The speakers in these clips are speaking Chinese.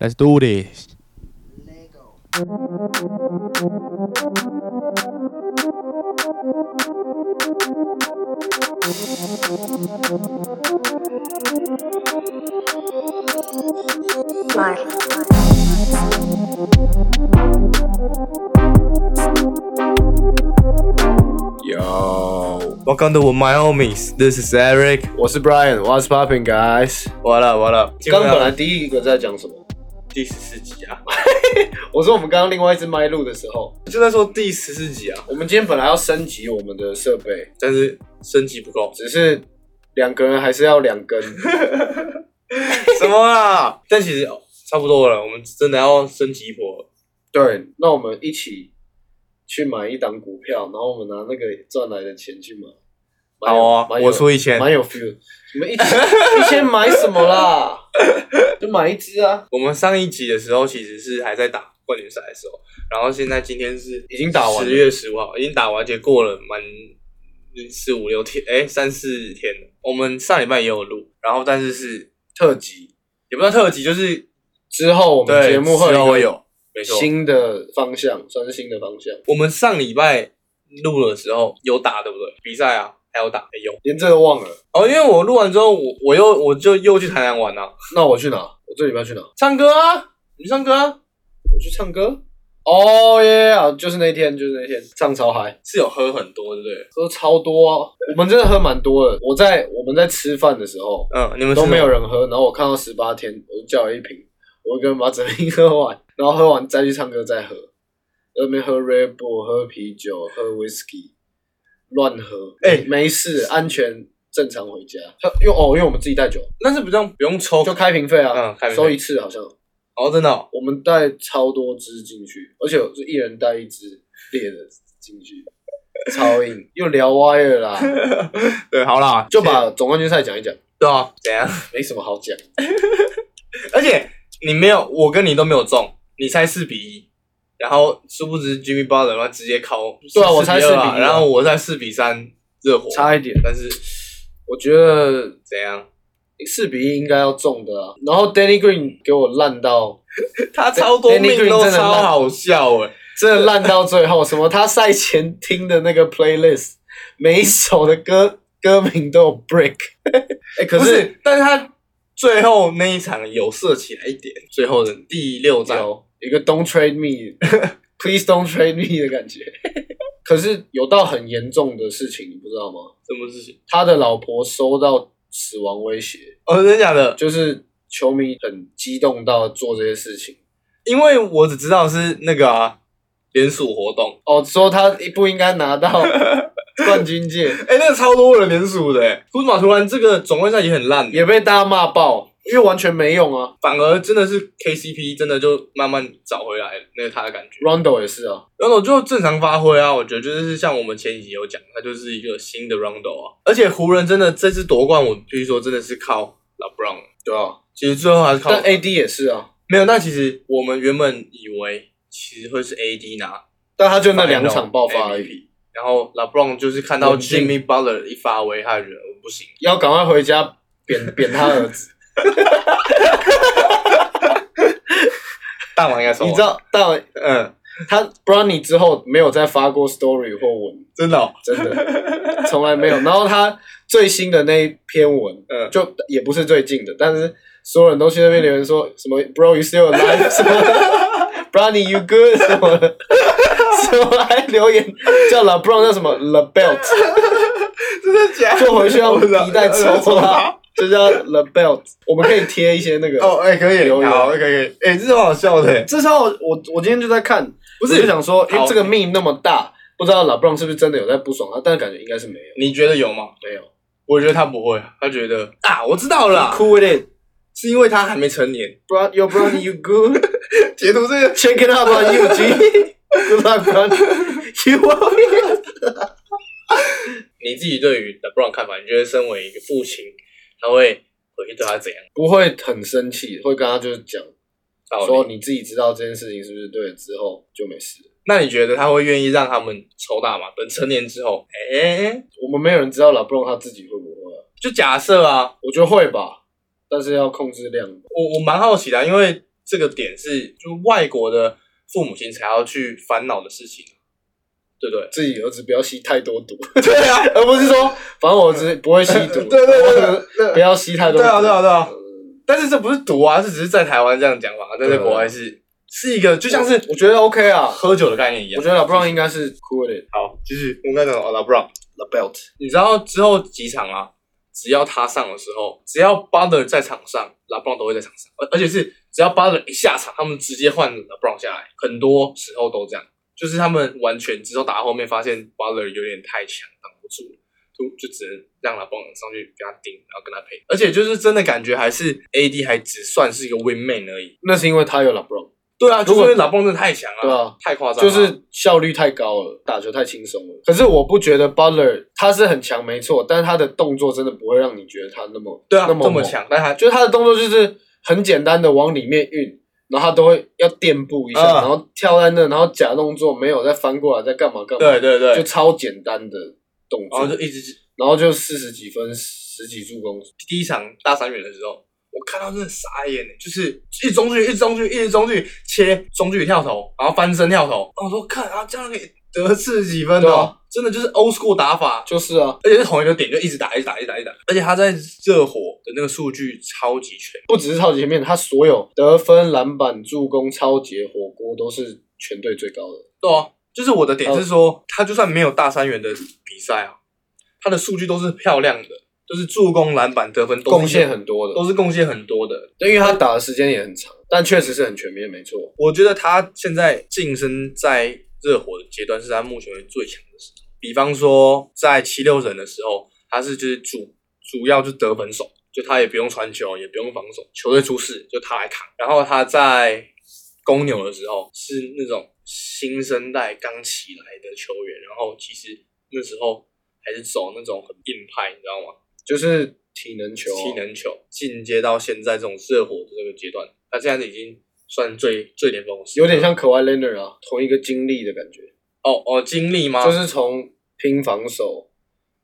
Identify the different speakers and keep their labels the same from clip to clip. Speaker 1: Let's do this。
Speaker 2: Yo，
Speaker 3: Welcome to my homies. This is Eric.
Speaker 2: 我是 Brian，What's popping guys？
Speaker 3: 完了完了，
Speaker 2: 刚本来第一个在讲什么？
Speaker 3: 第十四集啊，
Speaker 2: 我说我们刚刚另外一支麦录的时候，
Speaker 3: 就在说第十四集啊，
Speaker 2: 我们今天本来要升级我们的设备，。
Speaker 3: 但是升级不够
Speaker 2: 只是两个人还是要两 根。
Speaker 3: 什么啊？ 但其实哦差不多了，我们真的要升级一波了。
Speaker 2: 对，那我们一起去买一档股票，然后我们拿那个赚来的钱去买。蛮有
Speaker 3: 好啊
Speaker 2: 蛮有
Speaker 3: 我出一千
Speaker 2: 蛮有 feel。你们一起 一千买什么 啦？就买一支啊，
Speaker 3: 我们上一集的时候其实是还在打冠军赛的时候，然后现在今天是
Speaker 2: 已经打完了
Speaker 3: 十月十五号已经打完，结过了蛮四五六天，哎、三四天了。我们上礼拜也有录，然后但是是
Speaker 2: 特辑。
Speaker 3: 也不算特辑，就是
Speaker 2: 之后我们
Speaker 3: 对
Speaker 2: 节目会
Speaker 3: 之后
Speaker 2: 有
Speaker 3: 会
Speaker 2: 一个
Speaker 3: 有，没错。
Speaker 2: 新的方向，算是新的方向。
Speaker 3: 我们上礼拜录的时候有打，对不对？比赛啊，还有打，没有。
Speaker 2: 连这个忘了，
Speaker 3: 哦，因为我录完之后，我我又我就又去台南玩了、啊，
Speaker 2: 那我去哪？我这礼拜去哪？
Speaker 3: 唱歌啊，你去唱歌啊，
Speaker 2: 我去唱歌。哦耶！就是那天，就是那天唱超嗨，
Speaker 3: 是有喝很多，对不对？
Speaker 2: 喝超多、啊，我们真的喝蛮多的。我在我们在吃饭的时候
Speaker 3: 嗯，你们
Speaker 2: 都没有
Speaker 3: 人，
Speaker 2: 人喝，然后我看到十八天，我就叫了一瓶，我一个人把整瓶喝完，然后喝完再去唱歌再喝，在那边喝 Red Bull，喝啤酒，喝 Whisky，乱喝，
Speaker 3: 哎
Speaker 2: 没事，安全正常回家。喝因为哦，因为我们自己带酒，
Speaker 3: 但是不用不用抽，
Speaker 2: 就开瓶费啊，
Speaker 3: 嗯开瓶费
Speaker 2: 收一次好像。
Speaker 3: 哦，真的、哦，
Speaker 2: 我们带超多只进去，而且我是一人带一只裂的进去，超硬，又聊歪了 啦。
Speaker 3: 对，好啦，
Speaker 2: 就把总冠军赛讲一讲，
Speaker 3: 对啊，怎样？
Speaker 2: 没什么好讲。
Speaker 3: 而且你没有，我跟你都没有中，你猜四比一，然后殊不知 Jimmy Butler 他直接靠，
Speaker 2: 对啊我猜
Speaker 3: 4
Speaker 2: 4比一
Speaker 3: 2
Speaker 2: 啊
Speaker 3: 然后我猜四比三热火，
Speaker 2: 差一点
Speaker 3: 但是
Speaker 2: 我觉得
Speaker 3: 怎样？
Speaker 2: 四比一应该要中的啊。然后 Danny Green 给我烂到，
Speaker 3: 他超多
Speaker 2: Danny
Speaker 3: 命
Speaker 2: Green
Speaker 3: 都
Speaker 2: 真的
Speaker 3: 超
Speaker 2: 烂
Speaker 3: 好笑哎、
Speaker 2: 真的烂到最后，什么他赛前听的那个 playlist，每一首的歌歌名都有 break。哎、 可
Speaker 3: 可
Speaker 2: 是
Speaker 3: 是，但是他最后那一场有射起来一点，最后的第六战，
Speaker 2: 有一个 Don't trade me，Please don't trade me 的感觉。可是有到很严重的事情，你不知道吗？
Speaker 3: 什么事情？
Speaker 2: 他的老婆收到死亡威胁，
Speaker 3: 哦，真的假的？
Speaker 2: 就是球迷很激动到做这些事情。
Speaker 3: 因为我只知道是那个啊，联署活动，
Speaker 2: 哦，说他不应该拿 到冠军戒，
Speaker 3: 哎、那个超多人联署的、欸，库兹马突然这个总冠军赛也很烂，欸
Speaker 2: 也被大家骂爆，因为完全没用啊。
Speaker 3: 反而真的是 KCP 真的就慢慢找回来了那个他的感觉，
Speaker 2: Rondo 也是啊，
Speaker 3: 然后就正常发挥啊，我觉得就是像我们前几集有讲，他就是一个新的 Rondo 啊，而且湖人真的这次夺冠，我必须说真的是靠 LeBron，
Speaker 2: 对啊，
Speaker 3: 其实最后还是靠
Speaker 2: 但 AD 也是啊，
Speaker 3: 没有，那其实我们原本以为其实会是 AD 拿，
Speaker 2: 但他就那两场爆发而已。
Speaker 3: 然后 LeBron 就是看到
Speaker 2: 稳定
Speaker 3: Jimmy Butler 一发威，他觉得我不行，
Speaker 2: 要赶快回家扁扁他儿 子。
Speaker 3: 大王应该说，
Speaker 2: 你知，道，到
Speaker 3: 嗯，
Speaker 2: 他 Brownie 之后没有再发过 story 或文，
Speaker 3: 真的、哦，
Speaker 2: 真 的从来没有。然后他最新的那一篇文，
Speaker 3: 嗯，
Speaker 2: 就也不是最近的，但是所有人都去那边留言说什么 “Bro, you still alive” 什么的 “Brownie, you good” 什么的，什么还留言叫 LeBron 叫什么 “Le Belt”，
Speaker 3: 真的假
Speaker 2: 就回去用皮带抽
Speaker 3: 他。
Speaker 2: 他，就叫 “Le Belt”。我们可以贴一些那个，
Speaker 3: 哦，哎、可以，
Speaker 2: 留言
Speaker 3: 好，可以，可以，哎、这是好笑的，
Speaker 2: 这时候我我今天就在看，
Speaker 3: 不
Speaker 2: 我就想说，因
Speaker 3: 好
Speaker 2: 为这个 meme 那么大，不知道 LeBron 是不是真的有在不爽他，啊但感觉应该是没有，
Speaker 3: 你觉得有吗？
Speaker 2: 没有。
Speaker 3: 我觉得他不会，他觉得啊，我知道了啦，
Speaker 2: Cool with it,
Speaker 3: 是因为他还没成年。
Speaker 2: bro. Your brother, you good?
Speaker 3: 截图这个，
Speaker 2: Check it out on you, G. Good luck, bro. You will.
Speaker 3: 你自己对于 LeBron 看法，你觉得身为一个父亲，他会回去对他怎样？
Speaker 2: 不会很生气，会跟他就是讲
Speaker 3: 道理
Speaker 2: 说你自己知道这件事情是不是对了之后就没事了。
Speaker 3: 那你觉得他会愿意让他们抽大麻？等成年之后，哎、
Speaker 2: 我们没有人知道 LeBron 他自己会不会啊，
Speaker 3: 就假设啊，
Speaker 2: 我觉得会吧，但是要控制量。
Speaker 3: 我我蛮好奇的啊、因为这个点是就是外国的父母亲才要去烦恼的事情，对不对？
Speaker 2: 自己儿子不要吸太多毒，
Speaker 3: 对啊，
Speaker 2: 而不是说反正我儿子不会吸 毒，
Speaker 3: 对对对对， 那
Speaker 2: 不要吸太多毒。
Speaker 3: 对啊对啊对啊。但是这不是毒啊，这只是在台湾这样讲法，但在国外是是一个就
Speaker 2: 就
Speaker 3: 像是
Speaker 2: 我觉得 OK 啊，
Speaker 3: 喝酒的概念一样。
Speaker 2: 我觉得老布朗应该是 cool it
Speaker 3: 好，继续，我们刚才讲哦到 LeBron。
Speaker 2: the belt，
Speaker 3: 你知道之后几场啊，只要他上的时候，只要 Butler 在场上，LeBron 都会在场上，而而且是只要 Butler 一下场，他们直接换 LeBron 下来，很多时候都这样，就是他们完全之后打到后面发现 Butler 有点太强，挡不住了。就就只能让 LeBron 上去跟他盯，然后跟他配，而且就是真的感觉还是 AD 还只算是一个 win man 而已。
Speaker 2: 那是因为他有 LeBron，
Speaker 3: 对啊，就
Speaker 2: 如
Speaker 3: 是因为
Speaker 2: 果
Speaker 3: LeBron 真的太强了，
Speaker 2: 对啊，
Speaker 3: 太夸张
Speaker 2: 就
Speaker 3: 了，
Speaker 2: 是效率太高了，打球太轻松了。可是我不觉得 Butler 他是很强，没错，但是他的动作真的不会让你觉得他那么
Speaker 3: 对啊，
Speaker 2: 那么
Speaker 3: 这么
Speaker 2: 猛
Speaker 3: 强，但他
Speaker 2: 就是他的动作就是很简单的往里面运，然后他都会要垫步一下，
Speaker 3: 啊
Speaker 2: 然后跳在那，然后假动作没有再翻过来再干嘛干嘛，
Speaker 3: 对对对，
Speaker 2: 就超简单的动
Speaker 3: 然
Speaker 2: 作，
Speaker 3: 后就一直
Speaker 2: 然后就四十几分十几助攻，
Speaker 3: 第一场大三元的时候，我看到真的傻眼呢，欸就是一中距离，一中距离，一直中距离切中距离跳投，然后翻身跳投，然后我说看啊，这样可以得四十几分
Speaker 2: 对
Speaker 3: 哦，
Speaker 2: 啊
Speaker 3: 真的就是 old school 打法，
Speaker 2: 就是啊，
Speaker 3: 而且是同一个点就一直打，一直打，一直打，一直打，而且他在热火的那个数据超级全面，
Speaker 2: 不只是超级前面，他所有得分、篮板、助攻、超节、火锅都是全队最高的。
Speaker 3: 对啊，就是我的点
Speaker 2: 哦
Speaker 3: 是说，他就算没有大三元的比赛啊，他的数据都是漂亮的，就是助攻、篮板、得分都是
Speaker 2: 贡献很多的，
Speaker 3: 都是贡献很多的，
Speaker 2: 对，因为他打的时间也很长，但确实是很全面，没错。
Speaker 3: 我觉得他现在晋升在热火的阶段是他目前为止最强的时候。比方说，在七六人的时候，他是就是主主要就是得分手，就他也不用传球，也不用防守，球队出事就他来扛。然后他在公牛的时候是那种新生代刚起来的球员，然后其实那时候还是走那种很硬派，你知道吗？
Speaker 2: 就是体能球、啊
Speaker 3: 体，能球进阶到现在这种热火的这个阶段，他现在已经算最最巅峰的时刻了，
Speaker 2: 有点像 k a w i l e n a r 啊，同一个经历的感觉，
Speaker 3: 哦哦，经历吗？
Speaker 2: 就是从拼防守，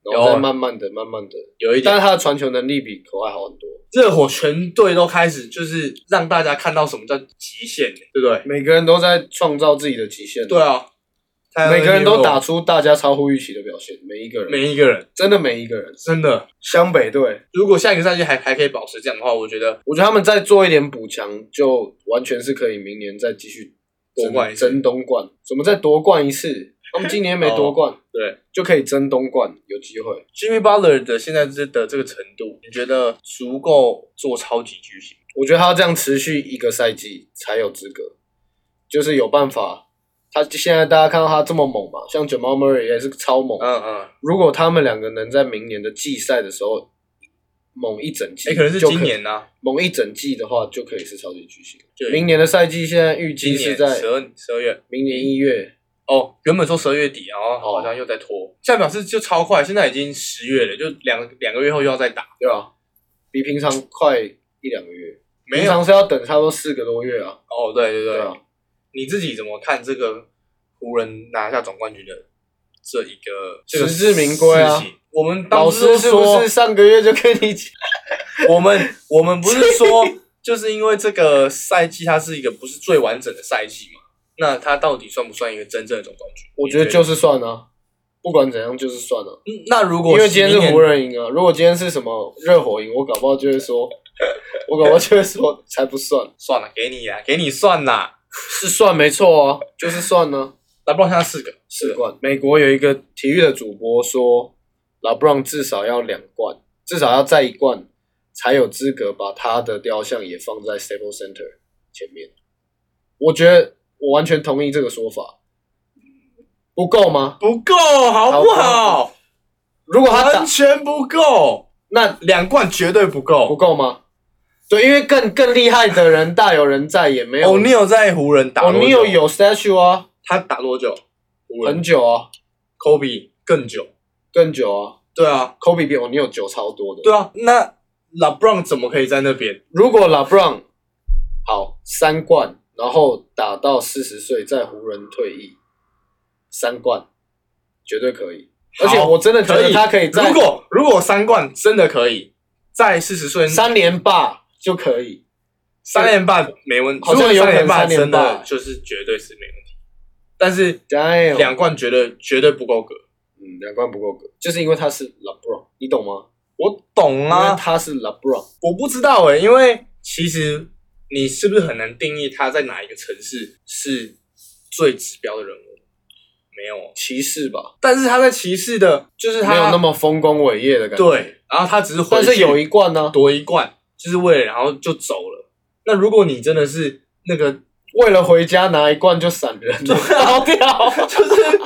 Speaker 2: 然后
Speaker 3: 有
Speaker 2: 再
Speaker 3: 啊
Speaker 2: 慢慢的、慢慢的，
Speaker 3: 有一点
Speaker 2: 但是，他的传球能力比 k a w i 好很多。
Speaker 3: 热火全队都开始就是让大家看到什么叫极限，对不对？
Speaker 2: 每个人都在创造自己的极限，
Speaker 3: 对，啊，他
Speaker 2: 每个人都打出大家超乎预期的表现，每一个人，
Speaker 3: 每一个人，
Speaker 2: 真的每一个人。
Speaker 3: 真的。
Speaker 2: 湘北队，
Speaker 3: 如果下一个赛季还还可以保持这样的话，我觉得
Speaker 2: 我觉得他们再做一点补强，就完全是可以明年再继续
Speaker 3: 夺
Speaker 2: 争
Speaker 3: 冠一次
Speaker 2: 争东冠，怎么再夺冠一次？他们今年没夺冠，
Speaker 3: 哦对
Speaker 2: 就可以争东冠，有机会。
Speaker 3: Jimmy Butler 的现在这的这个程度，你觉得足够做超级巨星？
Speaker 2: 我觉得他要这样持续一个赛季才有资格，就是有办法。他现在大家看到他这么猛嘛，像 Jamal Murray 也是超猛。
Speaker 3: 嗯嗯，
Speaker 2: 如果他们两个能在明年的季赛的时候猛一整季，
Speaker 3: 哎，可能是
Speaker 2: 就
Speaker 3: 今年呢、
Speaker 2: 猛一整季的话，就可以是超级巨星。
Speaker 3: 对
Speaker 2: 明年的赛季现在预
Speaker 3: 今
Speaker 2: 计是
Speaker 3: 年
Speaker 2: 在
Speaker 3: 十二十二月，
Speaker 2: 明年一月，
Speaker 3: 哦，原本说十二月底，然后好像又在拖，哦现在表示就超快，现在已经十月了，就两两个月后又要再打，
Speaker 2: 对吧？比平常快一两个月，
Speaker 3: 没
Speaker 2: 平
Speaker 3: 有
Speaker 2: 常是要等差不多四个多月啊。
Speaker 3: 哦，对对对，
Speaker 2: 对啊，
Speaker 3: 你自己怎么看这个湖人拿下总冠军的这一个这
Speaker 2: 实
Speaker 3: 个
Speaker 2: 至名归啊
Speaker 3: 事情？我们当
Speaker 2: 老
Speaker 3: 时都
Speaker 2: 师是不
Speaker 3: 说
Speaker 2: 是上个月就跟你 讲？
Speaker 3: 我们我们不是 说，就是因为这个赛季它是一个不是最完整的赛季嘛？那它到底算不算一个真正的总冠军？
Speaker 2: 我觉得
Speaker 3: 你
Speaker 2: 就是算啊，不管怎样就是算啊。
Speaker 3: 嗯那如果
Speaker 2: 因为今天
Speaker 3: 明
Speaker 2: 是
Speaker 3: 年
Speaker 2: 湖人赢啊，如果今天是什么热火赢，我搞不好就会说， 我搞不好就会说才不算，
Speaker 3: 算了，给你啦，给你算啦。
Speaker 2: 是算没错啊，就是算呢、
Speaker 3: 拉布朗现在四个，
Speaker 2: 四冠。美国有一个体育的主播说，老布朗至少要两冠，至少要再一冠，才有资格把他的雕像也放在 Staples Center 前面。我觉得我完全同意这个说法，不够吗？
Speaker 3: 不够，好不好？
Speaker 2: 如果他打
Speaker 3: 完全不够，
Speaker 2: 那
Speaker 3: 两冠绝对不
Speaker 2: 不
Speaker 3: 够。
Speaker 2: 够吗？对，因为更更厉害的人大有人在，也没有。
Speaker 3: 欧尼尔在湖人打
Speaker 2: 哦，
Speaker 3: 多
Speaker 2: 你
Speaker 3: 久
Speaker 2: 有有 statue 啊，
Speaker 3: 他打多久？湖人
Speaker 2: 很久啊，
Speaker 3: Kobe 更久。
Speaker 2: 更久啊。
Speaker 3: 对啊，
Speaker 2: 科比比哦，你有久超多的。
Speaker 3: 对啊，那 LeBron 怎么可以在那边？
Speaker 2: 如果 LeBron 好三冠，然后打到四十岁在湖人退役，三冠绝对可以。
Speaker 3: 好
Speaker 2: 而且我真的觉
Speaker 3: 可
Speaker 2: 得
Speaker 3: 以，
Speaker 2: 他可以在
Speaker 3: 如果如果三冠真的可以，在四十岁
Speaker 2: 三连霸就可以，
Speaker 3: 三连霸没问题，
Speaker 2: 好像
Speaker 3: 如
Speaker 2: 有
Speaker 3: 果三
Speaker 2: 可能
Speaker 3: 连霸
Speaker 2: 三连
Speaker 3: 真
Speaker 2: 霸
Speaker 3: 的就是绝对是没问题，但是
Speaker 2: Damn，
Speaker 3: 两冠绝对绝对不够格。
Speaker 2: 嗯两冠不够格，就是因为他是 LeBron，你懂吗？
Speaker 3: 我懂
Speaker 2: 因为
Speaker 3: 啊，
Speaker 2: 他是 LeBron，
Speaker 3: 我不知道哎、因为其实你是不是很难定义他在哪一个城市是最指标的人物？没有哦，
Speaker 2: 骑士吧，
Speaker 3: 但是他在骑士的，就是他
Speaker 2: 没有那么丰功伟业的感觉。，
Speaker 3: 对，然后他只是回
Speaker 2: 但
Speaker 3: 去
Speaker 2: 是有一冠呢、
Speaker 3: 夺一冠，就是为了然后就走了。那如果你真的是那个
Speaker 2: 为了回家拿一冠就闪人了，好屌！
Speaker 3: 就是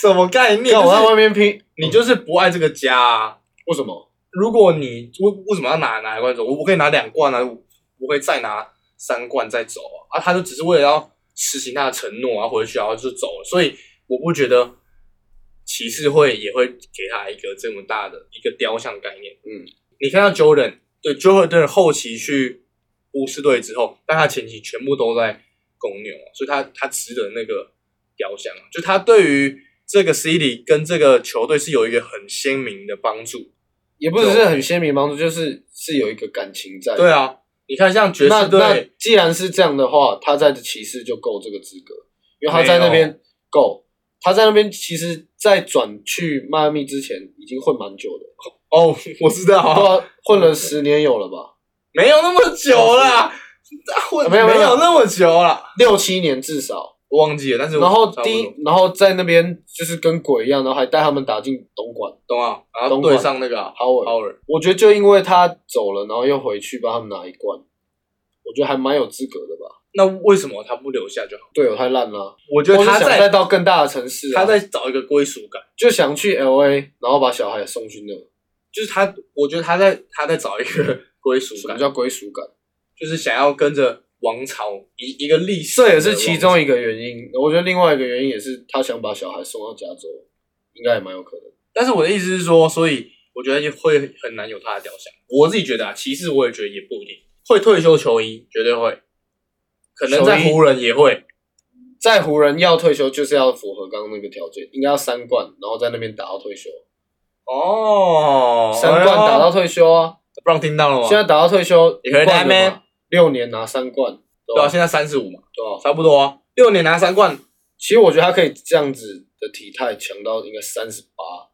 Speaker 3: 什么概念？
Speaker 2: 看我在
Speaker 3: 啊就是
Speaker 2: 外面拼，
Speaker 3: 你就是不爱这个家、啊。
Speaker 2: 为什么？
Speaker 3: 如果你为为什么要拿拿一罐走？我我可以拿两罐啊，我我可以再拿三罐再走啊。啊，他就只是为了要实行他的承诺，然后回去然后就走了。所以我不觉得骑士会也会给他一个这么大的一个雕像概念。
Speaker 2: 嗯，
Speaker 3: 你看到 Jordan 对 Jordan 后期去巫师队之后，但他前期全部都在公牛啊，所以他他值得那个雕像啊，就他对于这个 city 跟这个球队是有一个很鲜明的帮助。
Speaker 2: 也不只是很鲜明帮助，就是是有一个感情在。
Speaker 3: 对啊，你看像爵
Speaker 2: 那
Speaker 3: 士
Speaker 2: 那
Speaker 3: 队，
Speaker 2: 既然是这样的话，他在骑士就够这个资格，因为他在那边够，他在那边其实，在转去迈阿密之前已经混蛮久的，
Speaker 3: 哦，我知道啊，
Speaker 2: 对啊，混了十年有了吧，
Speaker 3: 没 有那么久啦，啊我
Speaker 2: 哦没有没有
Speaker 3: 有那么久啦，
Speaker 2: 六七年至少。
Speaker 3: 我忘记了，但是我
Speaker 2: 然后
Speaker 3: 差不多
Speaker 2: 第一，然后在那边就是跟鬼一样，然后还带他们打进东莞。
Speaker 3: 懂啊，然后
Speaker 2: 东莞
Speaker 3: 对上那个啊
Speaker 2: Howard，
Speaker 3: Howard，
Speaker 2: 我觉得就因为他走了，然后又回去帮他们拿一冠，我觉得还蛮有资格的吧。
Speaker 3: 那为什么他不留下就好？
Speaker 2: 队友太烂了，啊
Speaker 3: 我觉得
Speaker 2: 或是
Speaker 3: 他
Speaker 2: 想
Speaker 3: 在
Speaker 2: 再到更大的城市、
Speaker 3: 他
Speaker 2: 啊，
Speaker 3: 在找一个归属感，
Speaker 2: 就想去 L A，然后把小孩送去那，
Speaker 3: 就是他，我觉得他在他在找一个归属
Speaker 2: 什么
Speaker 3: 感，
Speaker 2: 叫归属感？
Speaker 3: 就是想要跟着王朝一一个历史，
Speaker 2: 这也是其中。一个原因。我觉得另外一个原因也是他想把小孩送到加州，应该也蛮有可能。
Speaker 3: 但是我的意思是说，所以我觉得会很难有他的雕像。我自己觉得啊，骑士我也觉得也不一定会退休球衣，绝对会，可能在
Speaker 2: 球衣
Speaker 3: 湖人也会。
Speaker 2: 在湖人要退休，就是要符合刚刚那个条件，应该要三冠，然后在那边打到退休，
Speaker 3: 哦，
Speaker 2: 三冠打到退休啊！
Speaker 3: 不让听到了吗？
Speaker 2: 现在打到退休，
Speaker 3: 也可以
Speaker 2: 一冠了
Speaker 3: 打
Speaker 2: 嘛六年拿三冠，对
Speaker 3: 对
Speaker 2: 吧、
Speaker 3: 啊，现在三十五嘛，
Speaker 2: 对吧、
Speaker 3: 差不多啊，六年拿三冠，
Speaker 2: 其实我觉得他可以这样子的体态强到应该三十八，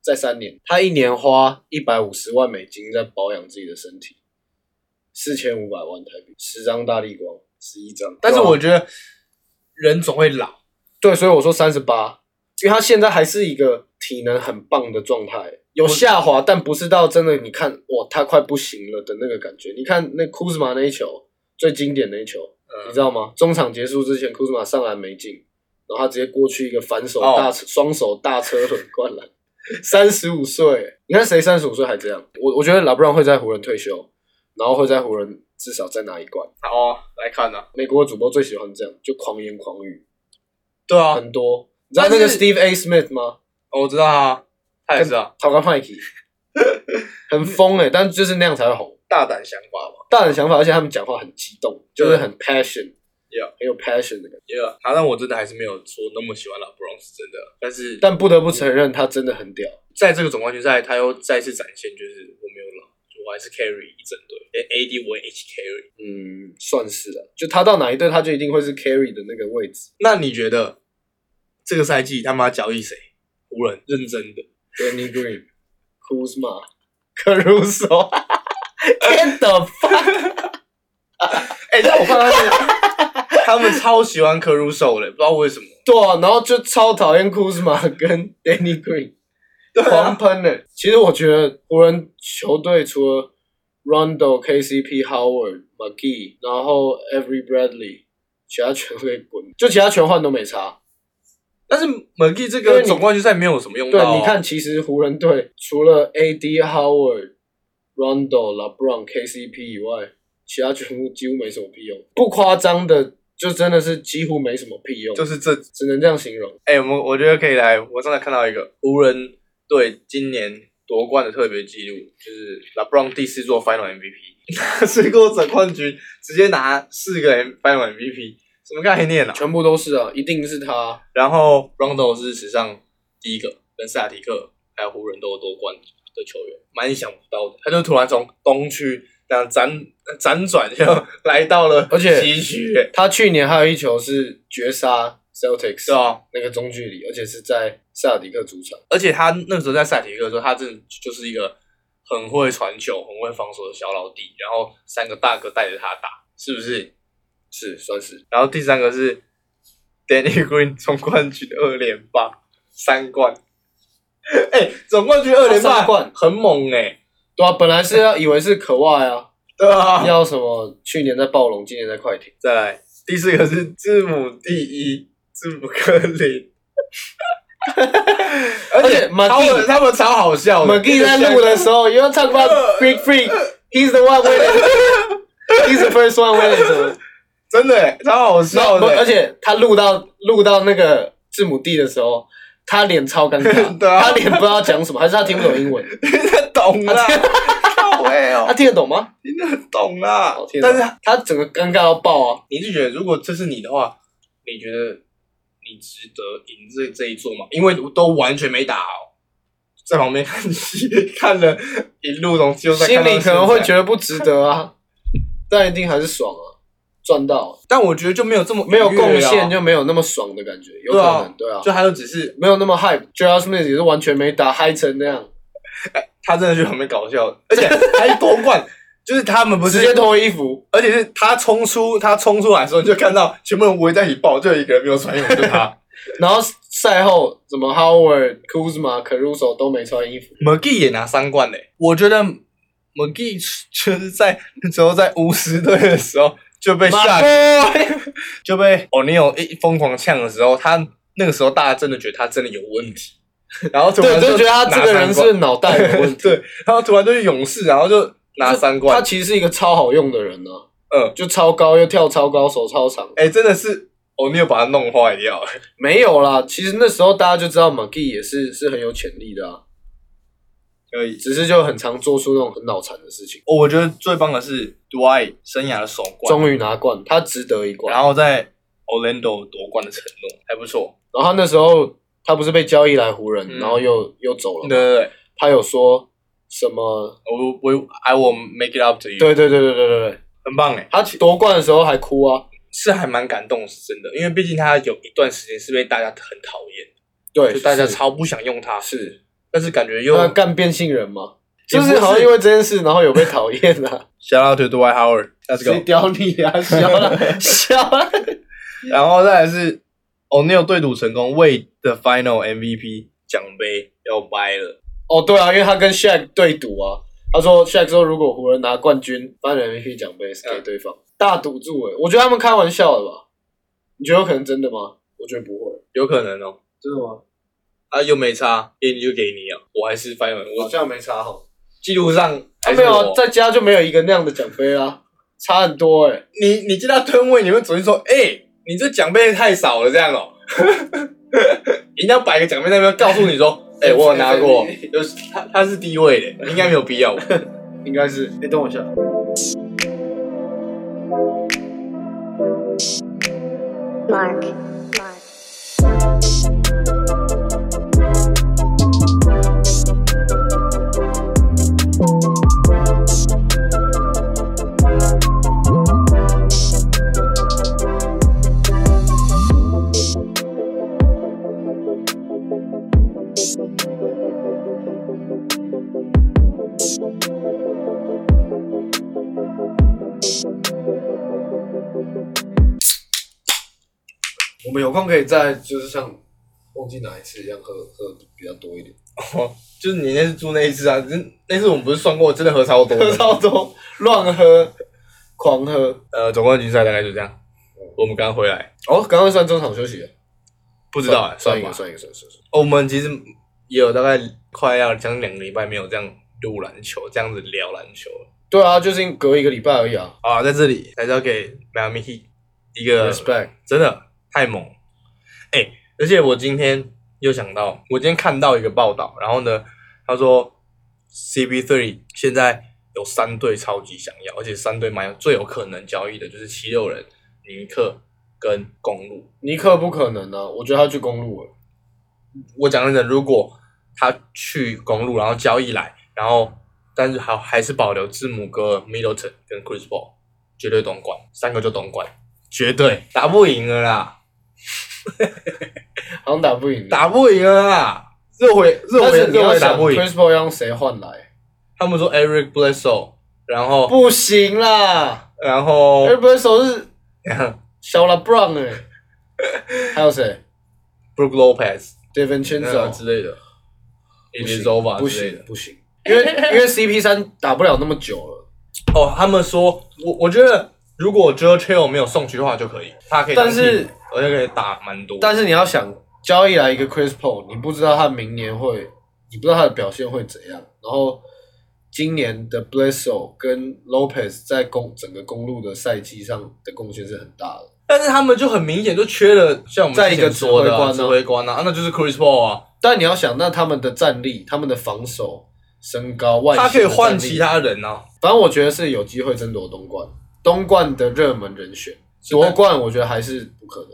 Speaker 2: 在三年，他一年花一百五十万美金在保养自己的身体，四千五百万台币，十张大力光，十一张。
Speaker 3: 但是我
Speaker 2: 对啊
Speaker 3: 觉得人总会老。
Speaker 2: 对，所以我说三十八，因为他现在还是一个体能很棒的状态，有下滑，但不是到真的你看哇，他快不行了的那个感觉。你看那库兹马那一球，最经典那一球，你知道吗？中场结束之前，库兹马上篮没进，然后他直接过去一个反手
Speaker 3: 哦
Speaker 2: 大车双、手大车轮灌篮。三十五岁，你看谁三十五岁还这样？我我觉得拉布朗会在湖人退休，然后会在湖人至少再拿一冠。
Speaker 3: 好啊，来看啊，
Speaker 2: 美国主播最喜欢这样，就狂言狂语，
Speaker 3: 对啊，
Speaker 2: 很多。你知道那个
Speaker 3: 但是
Speaker 2: Steve A. Smith 吗？
Speaker 3: 我知道啊，他也是啊，
Speaker 2: 讨个 派系，很疯哎、但就是那样才会红。
Speaker 3: 大胆想法嘛。
Speaker 2: 大人想法，而且他们讲话很激动，就是很 passion，
Speaker 3: Yeah
Speaker 2: 很有 passion 的感觉。
Speaker 3: Yeah，他让我真的还是没有说那么喜欢老布朗是真的，但是
Speaker 2: 但不得不承认，他真的很屌。
Speaker 3: 在这个总冠军赛，他又再次展现，就是我没有老，我还是 carry 一整队，连 AD 我也一起 carry。
Speaker 2: 嗯，算是了、就他到哪一队，他就一定会是 carry 的那个位置。
Speaker 3: 那你觉得这个赛季他妈交易谁？湖人认真的，
Speaker 2: Danny Green、Kuzma、Caruso，天的 fuck！
Speaker 3: 哎、但我发现他们超喜欢 Caruso 的，不知道为什么。
Speaker 2: 对啊，然后就超讨厌 Kuzma 跟 Danny Green，
Speaker 3: 对啊
Speaker 2: 狂，喷的、其实我觉得湖人球队除了 Rondo、KCP、Howard、McGee，然后 Every Bradley，其他全会滚，就其他全换都没差。
Speaker 3: 但是 McGee 这
Speaker 2: 因为
Speaker 3: 个
Speaker 2: 你
Speaker 3: 总冠军赛没有什么用
Speaker 2: 对，
Speaker 3: 到、啊
Speaker 2: 你看，，其实湖人队除了 AD、Howard、Rondo、LeBron、KCP 以外，其他全部几乎没什么屁用，不夸张的，就真的是几乎没什么屁用，
Speaker 3: 就是这
Speaker 2: 只能这样形容。
Speaker 3: 哎、我们我觉得可以来。我刚才看到一个湖人队今年夺冠的特别记录，就是 LeBron 第四座 Final MVP，水果者冠军，直接拿四个 M- Final MVP，什么概念啊？
Speaker 2: 全部都是啊，一定是他。
Speaker 3: 然后 Rondo 是史上第一个跟萨提克还有湖人都有夺冠的球员，蛮想不到的。他就突然从东区这样辗辗转就 来到了
Speaker 2: 而且
Speaker 3: 西区，
Speaker 2: 他去年还有一球是绝杀 Celtics
Speaker 3: 是啊，
Speaker 2: 那个中距离，而且是在塞尔迪克主场。
Speaker 3: 而且他那时候在赛提克的时候，他真的就是一个很会传球、很会防守的小老弟，然后三个大哥带着他打，是不是？
Speaker 2: 是，算是
Speaker 3: 然后第三个是 Danny Green 总冠军二连霸三冠，哎、总冠军二连
Speaker 2: 他
Speaker 3: 霸
Speaker 2: 三冠
Speaker 3: 很猛哎、
Speaker 2: 对啊，本来是要以为是可外啊，
Speaker 3: 对啊
Speaker 2: 要什么去年在暴龙，今年在快艇，
Speaker 3: 再来第四个是字母第一，字母哥林。而
Speaker 2: 而且
Speaker 3: 他们
Speaker 2: McGee-
Speaker 3: 他们超好笑
Speaker 2: 我
Speaker 3: 的，
Speaker 2: 们 G 在录的时候，You want talk about Big Free？He's the one winning. He's the first one winning. 什 么
Speaker 3: 真的欸超好
Speaker 2: 然
Speaker 3: 笑
Speaker 2: 后不
Speaker 3: 的欸，
Speaker 2: 而且他录到录到那个字母 D 的时候，他脸超尴 尬，
Speaker 3: 对啊
Speaker 2: 他脸不知道讲什么，还是他听不懂 英文？
Speaker 3: 他懂啦，靠背
Speaker 2: 他
Speaker 3: 哦，
Speaker 2: 听得懂吗？
Speaker 3: 听得懂啦
Speaker 2: 欸哦听。得
Speaker 3: 但
Speaker 2: 懂
Speaker 3: 是
Speaker 2: 他整个尴尬到爆啊！
Speaker 3: 你是觉得，如果这是你的话，你觉得你值得赢这这一座吗？因为都完全没打哦，在旁边看戏看了一路从季后赛，
Speaker 2: 心里可能会觉
Speaker 3: 得，
Speaker 2: 得不值得 啊，但一定还是爽啊，赚到啊
Speaker 3: 但我觉得就没有这么
Speaker 2: 没有
Speaker 3: 愉悦啊
Speaker 2: 贡献就没有那么爽的感觉，有可能对啊，
Speaker 3: 就他就只是
Speaker 2: 没有那么 hype。j a r Smith 也是完全没打嗨成那样，
Speaker 3: 他真的就很没搞 笑，而且还夺冠，就是他们不
Speaker 2: 直接
Speaker 3: 是，
Speaker 2: 脱衣服，
Speaker 3: 而且是他冲出他冲出来的时候，你就看到全部人围在一起抱，就有一个人没有穿衣服，就是他。
Speaker 2: 然后赛后怎么 Howard、Kuzma、Caruso 都没穿衣服，
Speaker 3: McGee 也拿三冠嘞、我觉得 McGee 就是在那时候在巫师队的时候就被
Speaker 2: 马
Speaker 3: 下
Speaker 2: 哥
Speaker 3: 就被 O'Neal 一疯狂呛的时候，他那个时候大家真的觉得他真的有问题，然后突
Speaker 2: 嗯对，
Speaker 3: 然
Speaker 2: 就觉得他这个人
Speaker 3: 拿三
Speaker 2: 是
Speaker 3: 冠
Speaker 2: 脑袋有问 题。
Speaker 3: 对，然后突然就是勇士，然后就拿三
Speaker 2: 他
Speaker 3: 冠，
Speaker 2: 其实是一个超好用的人呢、啊，
Speaker 3: 嗯，
Speaker 2: 就超高又跳超高，手超长。
Speaker 3: 哎、真的是 O'Neal 把他弄坏掉、欸，
Speaker 2: 没有啦，其实那时候大家就知道 McGee 也是是很有潜力的啊，
Speaker 3: 所以
Speaker 2: 只是就很常做出那种很脑残的事情。
Speaker 3: 哦我觉得最棒的是 Dwight 生涯的首冠，
Speaker 2: 终于拿冠，他值得一冠。
Speaker 3: 然后在 Orlando 夺冠的承诺还不错，
Speaker 2: 然后他那时候他不是被交易来湖人，
Speaker 3: 嗯
Speaker 2: 然后又又走了
Speaker 3: 对
Speaker 2: 嘛，
Speaker 3: 对对。
Speaker 2: 他有说什么？
Speaker 3: 我我 I will make it up to you，
Speaker 2: 对对对对对对对，
Speaker 3: 很棒哎，
Speaker 2: 他夺冠的时候还哭啊，
Speaker 3: 是还蛮感动，是真的，因为毕竟他有一段时间是被大家很讨厌，
Speaker 2: 对，
Speaker 3: 就大家
Speaker 2: 是
Speaker 3: 超不想用他，
Speaker 2: 是
Speaker 3: 但是感觉又
Speaker 2: 他干变性人嘛，
Speaker 3: 也
Speaker 2: 就
Speaker 3: 不是
Speaker 2: 是好像因为这件事，然后有被讨厌 啊，
Speaker 3: shout out to Dwight Howard，let's
Speaker 2: 谁屌你啊，笑了 笑了，
Speaker 3: 然后再来是 O'Neal 对赌成功为 the final MVP 奖杯要掰了，
Speaker 2: 哦对啊，因为他跟 Shaq 对赌啊，他说 Shaq 说如果湖人拿冠军，颁 MVP 奖杯是给对方，大赌注诶，我觉得他们开玩笑的吧？你觉得有可能真的吗？我觉得不会，
Speaker 3: 有可能哦，
Speaker 2: 真的吗？
Speaker 3: 啊又没差，给你就给你啊，我还是 final，
Speaker 2: 好
Speaker 3: 我
Speaker 2: 像没差哈。
Speaker 3: 记录上还是
Speaker 2: 没有啊
Speaker 3: 我，
Speaker 2: 在家就没有一个那样的奖杯啊，差很多哎、
Speaker 3: 你你见他吨位，你会总是说，哎、你这奖杯太少了，这样哦、 人家摆个奖杯在那边告诉你说，哎、我有拿 过，就是他他是低位的，应该没有必要吧。
Speaker 2: 应该是。哎、等我一下。
Speaker 1: Mark. Mark. Thank you.
Speaker 2: 我们有空可以再就是像忘记哪一次一样喝喝比较多一点，
Speaker 3: 就是你那次住那一次啊，那那次我们不是算过，真的喝超多的。
Speaker 2: 喝超多，乱喝，狂喝。
Speaker 3: 呃，总冠军赛大概就这样。我们刚回来，
Speaker 2: 哦，刚刚算中场休息了，
Speaker 3: 不
Speaker 2: 不
Speaker 3: 知道哎、
Speaker 2: 算
Speaker 3: 算
Speaker 2: 一个，
Speaker 3: 吧。哦
Speaker 2: 算一个，算一个算一个。
Speaker 3: 我们其实也有大概快要将近两个礼拜没有这样录篮球，这样子聊篮球了
Speaker 2: 对啊，就是隔一个礼拜而已啊。
Speaker 3: 啊。在这里还是要给 Miami Heat 一个
Speaker 2: Respect，
Speaker 3: 真的太猛。哎、而且我今天又想到，我今天看到一个报道，然后呢，他说 CB3 现在有三队超级想要，而且三队蛮有最有可能交易的就是七六人、尼克跟公路。
Speaker 2: 尼克不可能啊，我觉得他去公路了。
Speaker 3: 我讲认真，如果他去公路，然后交易来，然后但是还还是保留字母哥、Middleton 跟 Chris Paul 绝对东冠，三个就东冠，绝对打不赢了啦，
Speaker 2: 好像打不赢。
Speaker 3: 打不赢了啦，热火热
Speaker 2: 但
Speaker 3: 火
Speaker 2: 是你
Speaker 3: 热
Speaker 2: 要
Speaker 3: 火打
Speaker 2: 想
Speaker 3: 不赢，
Speaker 2: ，Chris Paul 要用谁换来？
Speaker 3: 他们说 Eric Bledsoe，然后
Speaker 2: 不行啦
Speaker 3: 然后
Speaker 2: ，Eric b l e s o 是小 LeBron 哎、 还有谁啊
Speaker 3: Brook Lopez 嗯
Speaker 2: ？Devin c h i n z o
Speaker 3: 之类的，It is over
Speaker 2: 不
Speaker 3: 之类
Speaker 2: 行
Speaker 3: 的。
Speaker 2: 不行，因为因为 CP 三打不了那么久了，
Speaker 3: 哦，他们说我我觉得如果 j o t r e l 没有送去的话就可以，他可以当
Speaker 2: 但是
Speaker 3: team，而且可以打蛮多。
Speaker 2: 但是你要想交易来一个 Chris Paul，你不知道他明年会，你不知道他的表现会怎样，然后。今年的 Blesso 跟 Lopez 在公整个公路的赛季上的贡献是很大的，
Speaker 3: 但是他们就很明显就缺了，像我们
Speaker 2: 再一个
Speaker 3: 之前说的啊
Speaker 2: 指
Speaker 3: 指
Speaker 2: 挥
Speaker 3: 挥官啊，啊那就是 Chris Paul 啊，
Speaker 2: 但你要想，那他们的战力、他们的防守、身高、外
Speaker 3: 他可
Speaker 2: 形
Speaker 3: 以
Speaker 2: 的
Speaker 3: 换
Speaker 2: 战力
Speaker 3: 其他人啊。
Speaker 2: 反正我觉得是有机会争夺东冠，东冠的热门人选，夺冠我觉得还是不可能。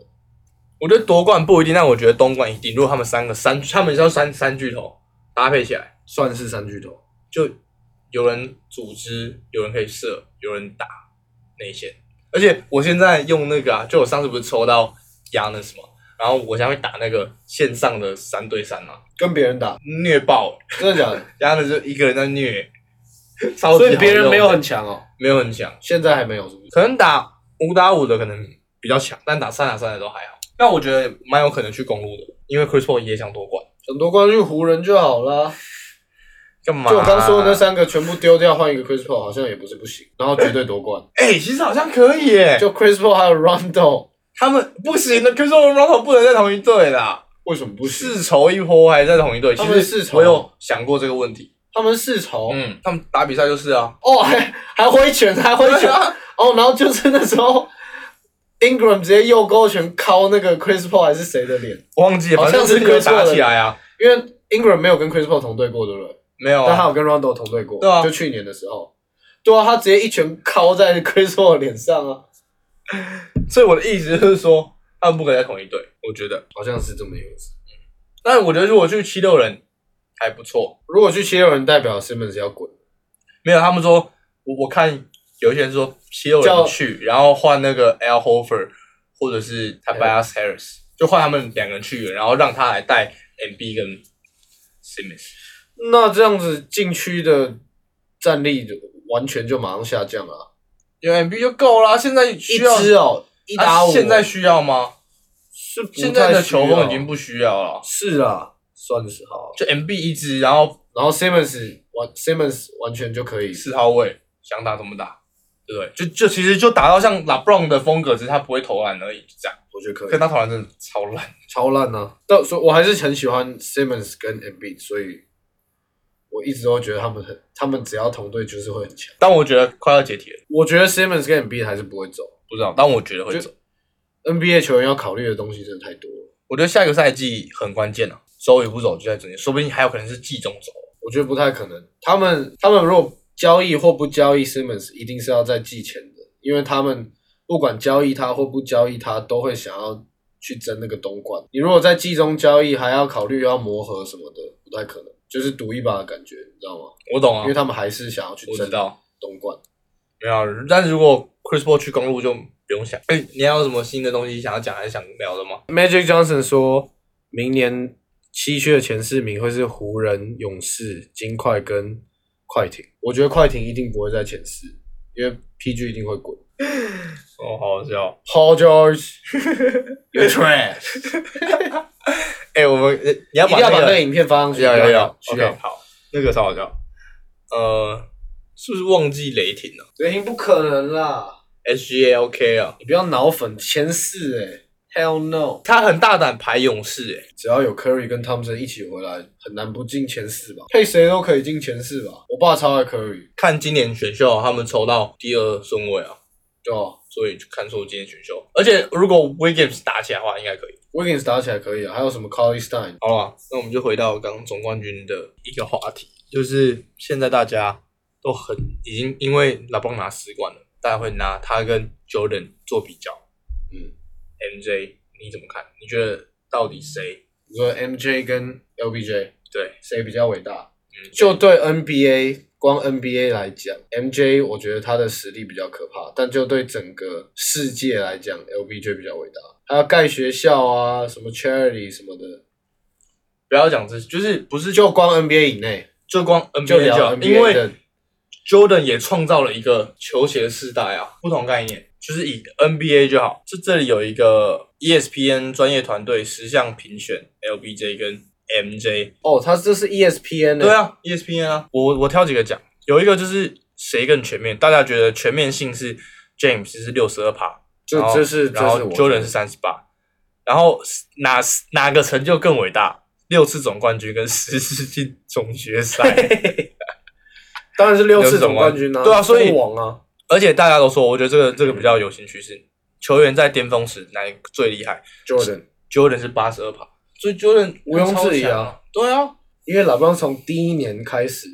Speaker 3: 我觉得夺冠不一定，但我觉得东冠一定。如果他们三个三，他们叫三三巨头搭配起来，
Speaker 2: 算是三巨头，
Speaker 3: 就有人组织，有人可以射，有人打内线。而且我现在用那个啊，就我上次不是抽到 Yanis 嘛，然后我现在会打那个线上的三对三啊，
Speaker 2: 跟别人打，
Speaker 3: 虐爆
Speaker 2: 真的假的？
Speaker 3: Yanis 就一个人在虐，超级
Speaker 2: 所
Speaker 3: 好
Speaker 2: 以
Speaker 3: 用
Speaker 2: 别人没有很强哦，
Speaker 3: 没有很强，
Speaker 2: 现在还没有，是不是？
Speaker 3: 可能打五打五的可能比较强，但打三打三的都还好。但我觉得蛮有可能去公路的，因为 Chris Paul 也想夺冠。
Speaker 2: 想夺冠去湖人就好啦。
Speaker 3: 干嘛、啊
Speaker 2: 就我刚说的那三个全部丢掉，换一个 Chris Paul 好像也不是不行，然后绝对 夺冠。
Speaker 3: 哎、其实好像可以耶。就
Speaker 2: 就 Chris Paul 还有 Rondo，
Speaker 3: 他们不行的，可是我们 r o 不能在同一队啦，
Speaker 2: 为什么不行？
Speaker 3: 世仇一波还在同一队。
Speaker 2: 他
Speaker 3: 其
Speaker 2: 们
Speaker 3: 实
Speaker 2: 世仇
Speaker 3: 我有想过这个问题。
Speaker 2: 他们世仇，
Speaker 3: 嗯，他们打比赛就是啊，
Speaker 2: 哦，还还挥拳，还挥拳，哦，然后就是那时候 Ingram 直接右勾拳敲那个 Chris Paul 还是谁的脸。
Speaker 3: 我忘记了，
Speaker 2: 好
Speaker 3: 反
Speaker 2: 像
Speaker 3: 正
Speaker 2: 是
Speaker 3: 是可以
Speaker 2: Chris Paul
Speaker 3: 打
Speaker 2: 的
Speaker 3: 起来啊。
Speaker 2: 因为 Ingram 没有跟 Chris Paul 同队过，对不对？
Speaker 3: 没有
Speaker 2: 但他
Speaker 3: 啊，
Speaker 2: 有跟 Rondo 同队过，
Speaker 3: 对啊
Speaker 2: 就去年的时候，对啊，他直接一拳敲在 Chris Paul 的脸上啊，
Speaker 3: 所以我的意思就是说，他们不可以在同一队。我觉得，
Speaker 2: 好像是这么一回事。
Speaker 3: 但我觉得如果去七六人还不错。
Speaker 2: 如果去七六人，代表 Simmons 要滚，
Speaker 3: 没有，他们说，我我看有一些人说七六
Speaker 2: 叫
Speaker 3: 人去，然后换那个 Al Hofer 或者是 Tobias Harris，就换他们两个人去，然后让他来带 MB 跟 Simmons。
Speaker 2: 那这样子禁区的战力就完全就马上下降了啊，
Speaker 3: 有 MB 就够啦，现在
Speaker 2: 一
Speaker 3: 需要
Speaker 2: 支哦，一打五
Speaker 3: 啊
Speaker 2: 哦，
Speaker 3: 现在需要吗？
Speaker 2: 是不
Speaker 3: 现在的
Speaker 2: 太需要
Speaker 3: 球风已经不需要了，
Speaker 2: 是啊，算是好，
Speaker 3: 就 MB 一支，然后
Speaker 2: 然后 Simmons 完 Simmons 完全就可以，
Speaker 3: 四号位想打怎么打，对不对？就就其实就打到像 LeBron 的风格，只是他不会投篮而已，就这样。
Speaker 2: 我觉得可以
Speaker 3: 可。他投篮真的超烂。
Speaker 2: 超烂啊！但所以我还是很喜欢 Simmons 跟 Embiid，所以我一直都觉得他们很，他们只要同队就是会很强。
Speaker 3: 但我觉得快要解体了，
Speaker 2: 我觉得 Simmons 跟 Embiid 还是不会走
Speaker 3: 不知道，但我觉得会
Speaker 2: 就
Speaker 3: 走。
Speaker 2: ，NBA 球员要考虑的东西真的太多了，
Speaker 3: 我觉得下一个赛季很关键啊，走与不走就在中间，说不定还有可能是季中走。
Speaker 2: 我觉得不太可能。他们他们如果交易或不交易 Simmons，一定是要在季前的，因为他们不管交易他或不交易他，都会想要去争那个东冠。你如果在季中交易，还要考虑要磨合什么的，不太可能，就是赌一把的感觉，你知道吗？
Speaker 3: 我懂啊
Speaker 2: 因为，他们还是想要去
Speaker 3: 我
Speaker 2: 争
Speaker 3: 知道，
Speaker 2: 东冠。
Speaker 3: 没有啊。但是如果 Chris Paul 去公路就不用想。哎、你还有什么新的东西想要讲还是想聊的吗？
Speaker 2: Magic Johnson 说明年西区的前四名会是湖人、勇士、金块跟快艇。我觉得快艇一定不会在前四，因为 PG 一定会滚。
Speaker 3: 哦，好好笑。
Speaker 2: Paul George，
Speaker 3: You're trash。哎、我们呃你要
Speaker 2: 一定
Speaker 3: 把
Speaker 2: 要把那个
Speaker 3: 那
Speaker 2: 影片发上
Speaker 3: 个
Speaker 2: 去。
Speaker 3: 要要要
Speaker 2: 需要。
Speaker 3: OK，好，那个超好笑。呃，是不是忘记雷霆了
Speaker 2: 雷霆不可能啦，
Speaker 3: ？H G A O K 啊，
Speaker 2: 你不要脑粉前四哎、欸、，Hell no！
Speaker 3: 他很大胆排勇士哎、
Speaker 2: 只要有 Curry 跟汤 o 一起回来，很难不进前四吧？配谁都可以进前四吧？我爸超爱 Curry，
Speaker 3: 看今年选秀他们抽到第二顺位啊。
Speaker 2: 对吧
Speaker 3: 所以就看出今天选秀。而且如果 Wiggins 打起来的话，应该可以。
Speaker 2: ？Wiggins 打起来可以啊，还有什么 c a l l y Stein？
Speaker 3: 好了，那我们就回到刚刚总冠军的一个话题，就是现在大家都很已经因为拉邦拿四冠了，大家会拿他跟 Jordan 做比较。
Speaker 2: 嗯。
Speaker 3: MJ 你怎么看？你觉得到底谁
Speaker 2: 你说 MJ 跟 LBJ
Speaker 3: 对？
Speaker 2: 谁比较伟大？
Speaker 3: 嗯，
Speaker 2: 就对 NBA 光 NBA 来讲，MJ 我觉得他的实力比较可怕，但就对整个世界来讲，LBJ 比较伟大。还要盖学校啊，什么 charity 什么的，
Speaker 3: 不要讲这，就是不是
Speaker 2: 就光 NBA 以内
Speaker 3: 就光 NBA
Speaker 2: 就聊
Speaker 3: 好
Speaker 2: NBA
Speaker 3: 因为
Speaker 2: 的
Speaker 3: Jordan 也创造了一个球鞋世代啊，不同概念，就是以 NBA 就好。这这里有一个 E ESPN 专业团队十项评选 LBJ 跟 MJ，
Speaker 2: 哦，他这是 ESPN 的、
Speaker 3: 对啊，ESPN 啊，我我挑几个讲，有一个就是谁更全面，大家觉得全面性是 James 是六十二趴，
Speaker 2: 就
Speaker 3: 然后
Speaker 2: 这是这
Speaker 3: 然后
Speaker 2: 是我
Speaker 3: Jordan 是三十八，然后哪哪个成就更伟大？六次总冠军跟十次进总决赛。
Speaker 2: 当然是六次总冠军啊，
Speaker 3: 对啊所以
Speaker 2: 球王啊，
Speaker 3: 而且大家都说，我觉得这个这个比较有兴趣是球员在巅峰时哪一个最厉害啊
Speaker 2: Jordan，
Speaker 3: ？Jordan 是八十二趴，所以 Jordan
Speaker 2: 毋庸置疑啊
Speaker 3: 超强。对啊，
Speaker 2: 因为老布朗从第一年开始，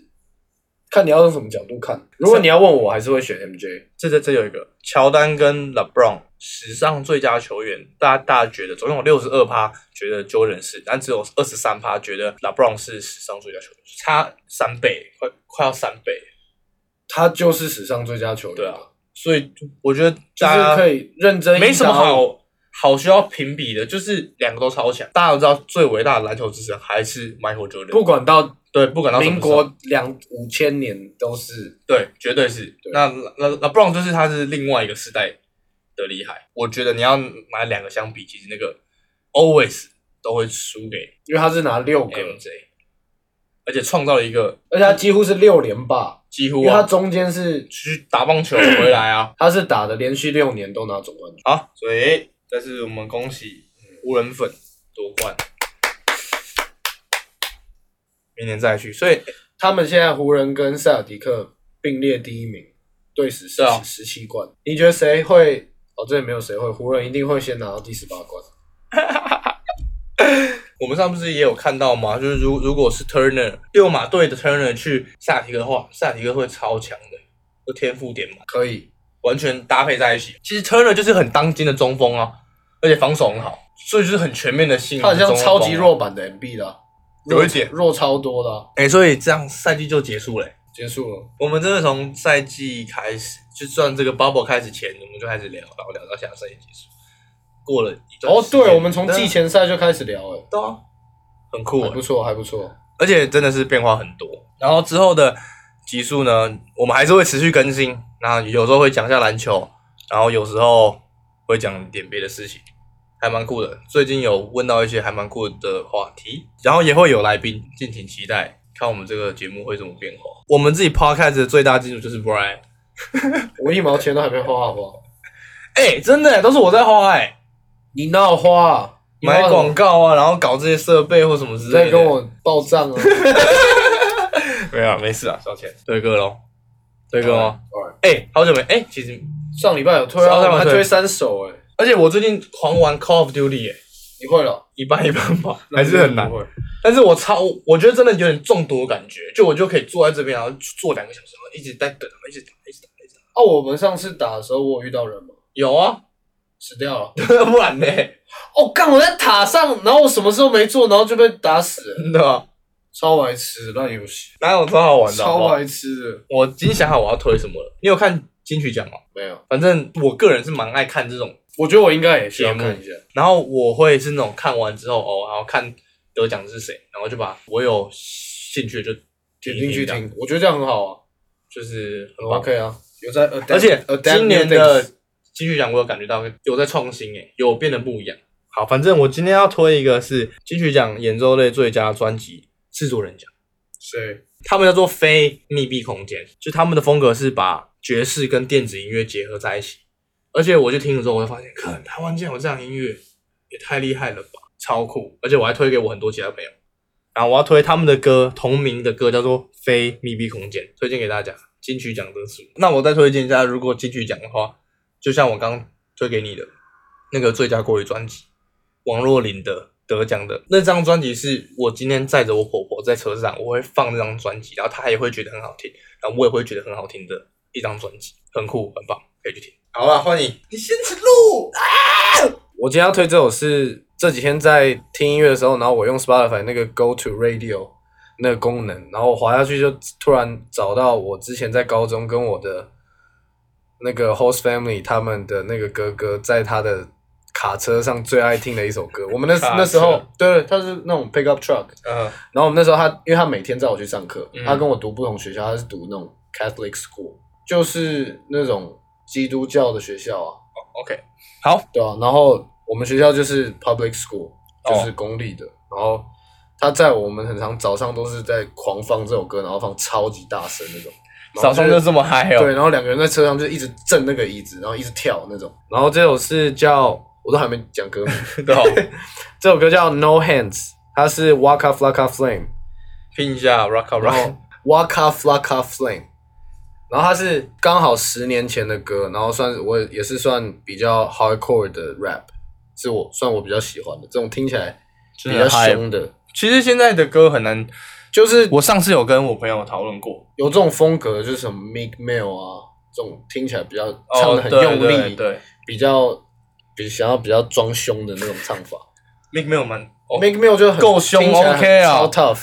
Speaker 2: 看你要用什么角度看。如果你要问我，我还是会选 MJ。
Speaker 3: 这这这有一个乔丹跟 LeBron 史上最佳球员，大家大家觉得总共有六十二趴觉得 Jordan 是，但只有二十三趴觉得 LeBron 是史上最佳球员，差三倍，快快要三倍。
Speaker 2: 他就是史上最佳球员，
Speaker 3: 对啊，所以我觉得
Speaker 2: 就
Speaker 3: 大
Speaker 2: 是
Speaker 3: 家
Speaker 2: 可以认真一打
Speaker 3: 没什么好好需要评比的，就是两个都超强。大家都知道最伟大的篮球之神还是 Michael Jordan，
Speaker 2: 不管到
Speaker 3: 对，不管到什么
Speaker 2: 民
Speaker 3: 时候
Speaker 2: 国两五千年都是
Speaker 3: 对，绝对是。那那那 b r o n 就是他是另外一个时代的厉害。我觉得你要拿两个相比，其实那个 always 都会输给
Speaker 2: 因为他是拿六个，
Speaker 3: MJ，而且创造了一个
Speaker 2: 而且他几乎是六连霸，
Speaker 3: 几
Speaker 2: 因
Speaker 3: 乎
Speaker 2: 为他
Speaker 3: 啊
Speaker 2: 中间是
Speaker 3: 去打棒球回来啊。
Speaker 2: 他是打的连续六年都拿总冠军。
Speaker 3: 好，所以但是我们恭喜湖人粉夺冠，明年再去。所以
Speaker 2: 他们现在湖人跟塞尔迪克并列第一名，队史
Speaker 3: 是啊
Speaker 2: 十七冠。你觉得谁会？哦，这里没有谁会，湖人一定会先拿到第十八冠。啊
Speaker 3: 我们上次也有看到嘛，就是如如果是 Turner 六马队的 Turner 去萨提克的话，萨提克会超强的，就天赋点嘛，
Speaker 2: 可以，
Speaker 3: 完全搭配在一起。其实 Turner 就是很当今的中锋啊，而且防守很好，所以就是很全面的性。
Speaker 2: 他好像超
Speaker 3: 啊
Speaker 2: 级，弱版的 MB 啦，
Speaker 3: 有一点
Speaker 2: 弱弱超多的啊、
Speaker 3: 哎、所以这样赛季就结束了欸、
Speaker 2: 结束了，
Speaker 3: 我们真的从赛季开始，就算这个 bubble 开始前，我们就开始聊，然后聊到下赛季结束，过了一段
Speaker 2: 哦，
Speaker 3: 时间
Speaker 2: 对，我们从季前赛就开始聊、欸，
Speaker 3: 对啊，很酷、
Speaker 2: 哎，
Speaker 3: 欸
Speaker 2: 还不，错，还不错。
Speaker 3: 而且真的是变化很多。然后之后的集数呢，我们还是会持续更新，那有时候会讲一下篮球，然后有时候会讲点别的事情，还蛮酷的。最近有问到一些还蛮酷的话题，然后也会有来宾，敬请期待，看我们这个节目会怎么变化。我们自己 podcast 的最大基础就是 Brian。
Speaker 2: 我一毛钱都还没花，好不好？
Speaker 3: 哎、真的、都是我在花哎、
Speaker 2: 你闹花、啊，你花
Speaker 3: 买
Speaker 2: 什么
Speaker 3: 广告啊，然后搞这些设备或什么之
Speaker 2: 你
Speaker 3: 类的。
Speaker 2: 在跟我报账啊？
Speaker 3: 没有啊，没事啊，小钱对歌喽，对歌吗？
Speaker 2: Alright，
Speaker 3: 哎、好久没哎、其实
Speaker 2: 上礼拜有推啊，
Speaker 3: 上礼拜有
Speaker 2: 我还
Speaker 3: 推
Speaker 2: 推三首哎、
Speaker 3: 而且我最近狂玩 Call of Duty 哎、
Speaker 2: 你会了？
Speaker 3: 一般一般吧， 还是很难
Speaker 2: 不。会
Speaker 3: 但是我超，我觉得真的有点中毒的感觉，就我就可以坐在这边，然后坐两个小时，然后一直在等，一直打，一直打，一直打。
Speaker 2: 啊，我们上次打的时候，我有遇到人吗？
Speaker 3: 有啊，
Speaker 2: 死掉了。
Speaker 3: 不然呢？
Speaker 2: 哦，干！我在塔上，然后我什么事都没做，然后就被打死了，
Speaker 3: 真的啊，
Speaker 2: 超白痴，烂游戏，
Speaker 3: 哪有超好玩的好不
Speaker 2: 超
Speaker 3: 好
Speaker 2: 白痴的。
Speaker 3: 我已经想好我要推什么了。你有看金曲奖吗？
Speaker 2: 没有，
Speaker 3: 反正我个人是蛮爱看这种
Speaker 2: 我觉得我应该也需要
Speaker 3: 节目
Speaker 2: 看一下。
Speaker 3: 然后我会是那种看完之后哦，然后看得奖的是谁，然后就把我有兴趣的就
Speaker 2: 点
Speaker 3: 一
Speaker 2: 进去
Speaker 3: 这样，
Speaker 2: 听，我觉得这样很好啊，
Speaker 3: 就是很
Speaker 2: 很
Speaker 3: 棒。
Speaker 2: OK 啊，有在 adapt,
Speaker 3: 而且
Speaker 2: adapt
Speaker 3: 今年
Speaker 2: new things
Speaker 3: 的金曲奖，我有感觉到有在创新诶，有变得不一样。好，反正我今天要推一个是金曲奖演奏类最佳专辑制作人奖，
Speaker 2: 谁
Speaker 3: 他们叫做非密闭空间，就他们的风格是把爵士跟电子音乐结合在一起。而且我就听了之后，我就发现，看台湾竟然有这样的音乐，也太厉害了吧，超酷！而且我还推给我很多其他朋友。然后我要推他们的歌，同名的歌叫做《非密闭空间》，推荐给大家，金曲奖得主。那我再推荐一下，如果金曲奖的话，就像我刚推给你的那个最佳国语专辑，王若琳的得奖的那张专辑，是我今天载着我婆婆在车上，我会放那张专辑，然后她也会觉得很好听，然后我也会觉得很好听的一张专辑，很酷，很棒，可以去听。好了，欢迎你先去录。
Speaker 2: 我今天要推这首是这几天在听音乐的时候，然后我用 Spotify 那个 Go to Radio，那个功能，然后我滑下去就突然找到我之前在高中跟我的那个 host family 他们的那个哥哥在他的卡车上最爱听的一首歌。我们那时
Speaker 3: 卡车
Speaker 2: 那时候对，他是那种 pickup truck，
Speaker 3: 嗯
Speaker 2: 然后我们那时候他，因为他每天载我去上课，
Speaker 3: 嗯
Speaker 2: 他跟我读不同学校，他是读那种 Catholic school，就是那种基督教的学校啊，
Speaker 3: ，OK，
Speaker 2: 对啊。然后我们学校就是 public school，
Speaker 3: 哦
Speaker 2: 就是公立的。然后他载我们很常早上都是在狂放这首歌，然后放超级大声那种。然
Speaker 3: 早
Speaker 2: 后
Speaker 3: 上
Speaker 2: 就
Speaker 3: 就这么嗨哦，
Speaker 2: 对，然后两个人在车上就一直震那个椅子，然后一直跳那种。然后这首是叫，我都还没讲 歌名，
Speaker 3: 对哦，
Speaker 2: 这首歌叫 No Hands，它是 Waka Flocka Flame。
Speaker 3: 拼一下 rock up
Speaker 2: 然
Speaker 3: rock，
Speaker 2: 后 Waka Flocka Flame，然后它是刚好十年前的歌，然后算是我也是算比较 hardcore 的 rap，是我算我比较喜欢的这种听起来比
Speaker 3: 真
Speaker 2: 较
Speaker 3: 的嗨。
Speaker 2: 凶的，
Speaker 3: 其实现在的歌很难，
Speaker 2: 就是
Speaker 3: 我上次有跟我朋友讨论过，
Speaker 2: 有这种风格，就是什么 Meek Mill 啊，这种听起来比较唱
Speaker 3: 哦
Speaker 2: 的，很
Speaker 3: 对
Speaker 2: 用
Speaker 3: 对
Speaker 2: 力，
Speaker 3: 对
Speaker 2: 比较比想要比较装凶的那种唱法。
Speaker 3: ，Make Me 蛮，哦
Speaker 2: Meek Mill 就很
Speaker 3: 够凶
Speaker 2: 听起来很
Speaker 3: OK 啊
Speaker 2: 超 tough，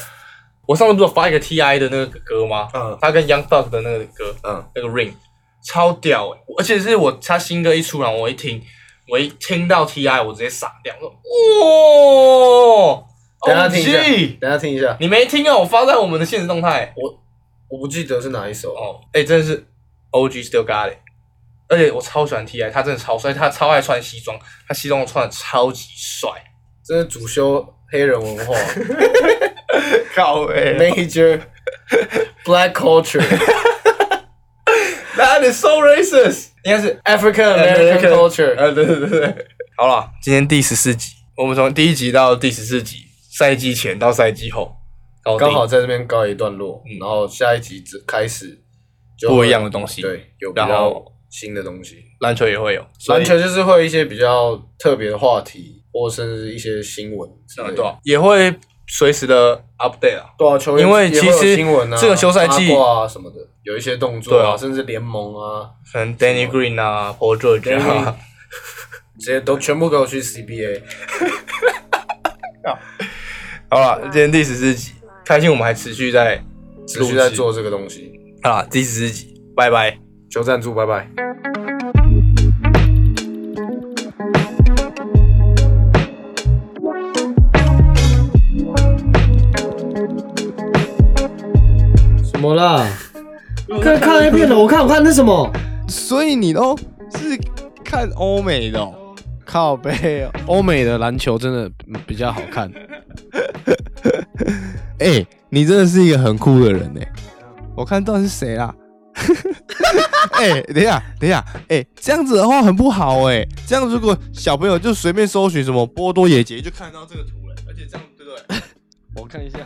Speaker 3: 我上次不是有发一个 TI 的那个歌吗？
Speaker 2: 嗯
Speaker 3: 他跟 Young Thug 的那个歌，
Speaker 2: 嗯，
Speaker 3: 那个 Ring 超屌哎、而且是我他新歌一出来，我一听，我一听到 TI，我直接傻掉，我说哇，
Speaker 2: 等一下听一
Speaker 3: OMG
Speaker 2: 下，等一下听一下，
Speaker 3: 你没听啊？我发在我们的现实动态
Speaker 2: 我不记得是哪一首，
Speaker 3: 哦，哎、真的是 OG still got it，而且我超喜欢 TI，他真的超帅，他超爱穿西装，他西装穿的超级帅，
Speaker 2: 这是主修黑人文化。
Speaker 3: 靠哎
Speaker 2: 欸 major black culture
Speaker 3: That is so racist，应该是
Speaker 2: African American
Speaker 3: American
Speaker 2: culture。
Speaker 3: 呃，对对对对，好了，今天第十四集，我们从第一集到第十四集，赛季前到赛季后，搞定
Speaker 2: 刚好在这边告一段落
Speaker 3: 嗯，
Speaker 2: 然后下一集只开始就会
Speaker 3: 不一样的东西，，
Speaker 2: 对，有比
Speaker 3: 然
Speaker 2: 较
Speaker 3: 后
Speaker 2: 新的东西。
Speaker 3: 篮球也会有，所以
Speaker 2: 篮球就是会有一些比较特别的话题，或甚至一些新闻之类
Speaker 3: 嗯
Speaker 2: 的。
Speaker 3: 对啊，也会随时的 update 啊，
Speaker 2: 对啊，球员
Speaker 3: 因为
Speaker 2: 也
Speaker 3: 其
Speaker 2: 会有
Speaker 3: 实
Speaker 2: 新闻啊，
Speaker 3: 这个休赛季
Speaker 2: 八卦啊什么的，有一些动作
Speaker 3: 对啊
Speaker 2: 啊，甚至联盟啊，
Speaker 3: 可能 Danny Green 啊，Paul George 啊，
Speaker 2: 这些都全部给我去 CBA。
Speaker 3: 好了，今天第十四集，开心我们还持续在
Speaker 2: 持续在做这个东西。
Speaker 3: 啊，第十四集，拜拜。
Speaker 2: 求赞助，拜拜。
Speaker 4: 什么啦？看看 A 片的，我看我看那什么。
Speaker 5: 所以你都是看欧美的、哦，靠背、哦。
Speaker 4: 欧美的篮球真的嗯比较好看，
Speaker 5: 哎、你真的是一个很酷的人呢、我看到底是谁啊啦？ 哎、等一下，等一下，哎、这样子的话很不好哎、这样如果小朋友就随便搜寻什么波多野结衣，就看到这个图了，而且这样对不 对？
Speaker 4: 我看一下。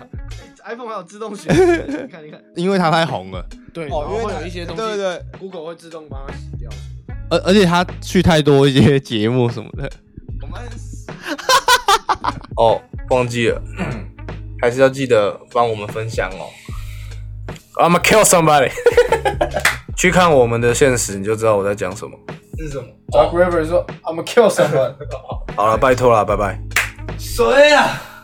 Speaker 4: iPhone 还有自动选择，你看你看，
Speaker 5: 因为他太红了，
Speaker 4: 对，
Speaker 5: 哦
Speaker 4: 然后
Speaker 5: 因为
Speaker 4: 会
Speaker 5: 它
Speaker 4: 有一些东西
Speaker 5: 对对，
Speaker 4: Google 会自动帮它洗掉。
Speaker 5: 而而且他去太多一些节目什么 的。我们
Speaker 3: 哦，忘记了，还是要记得帮我们分享哦。
Speaker 2: I'm gonna kill somebody 。 去看我们的现实，你就知道我在讲什么。
Speaker 3: 这是什么？
Speaker 2: Dark River 说 I'm gonna kill someone。好了，拜托了，拜拜。
Speaker 3: 谁啊？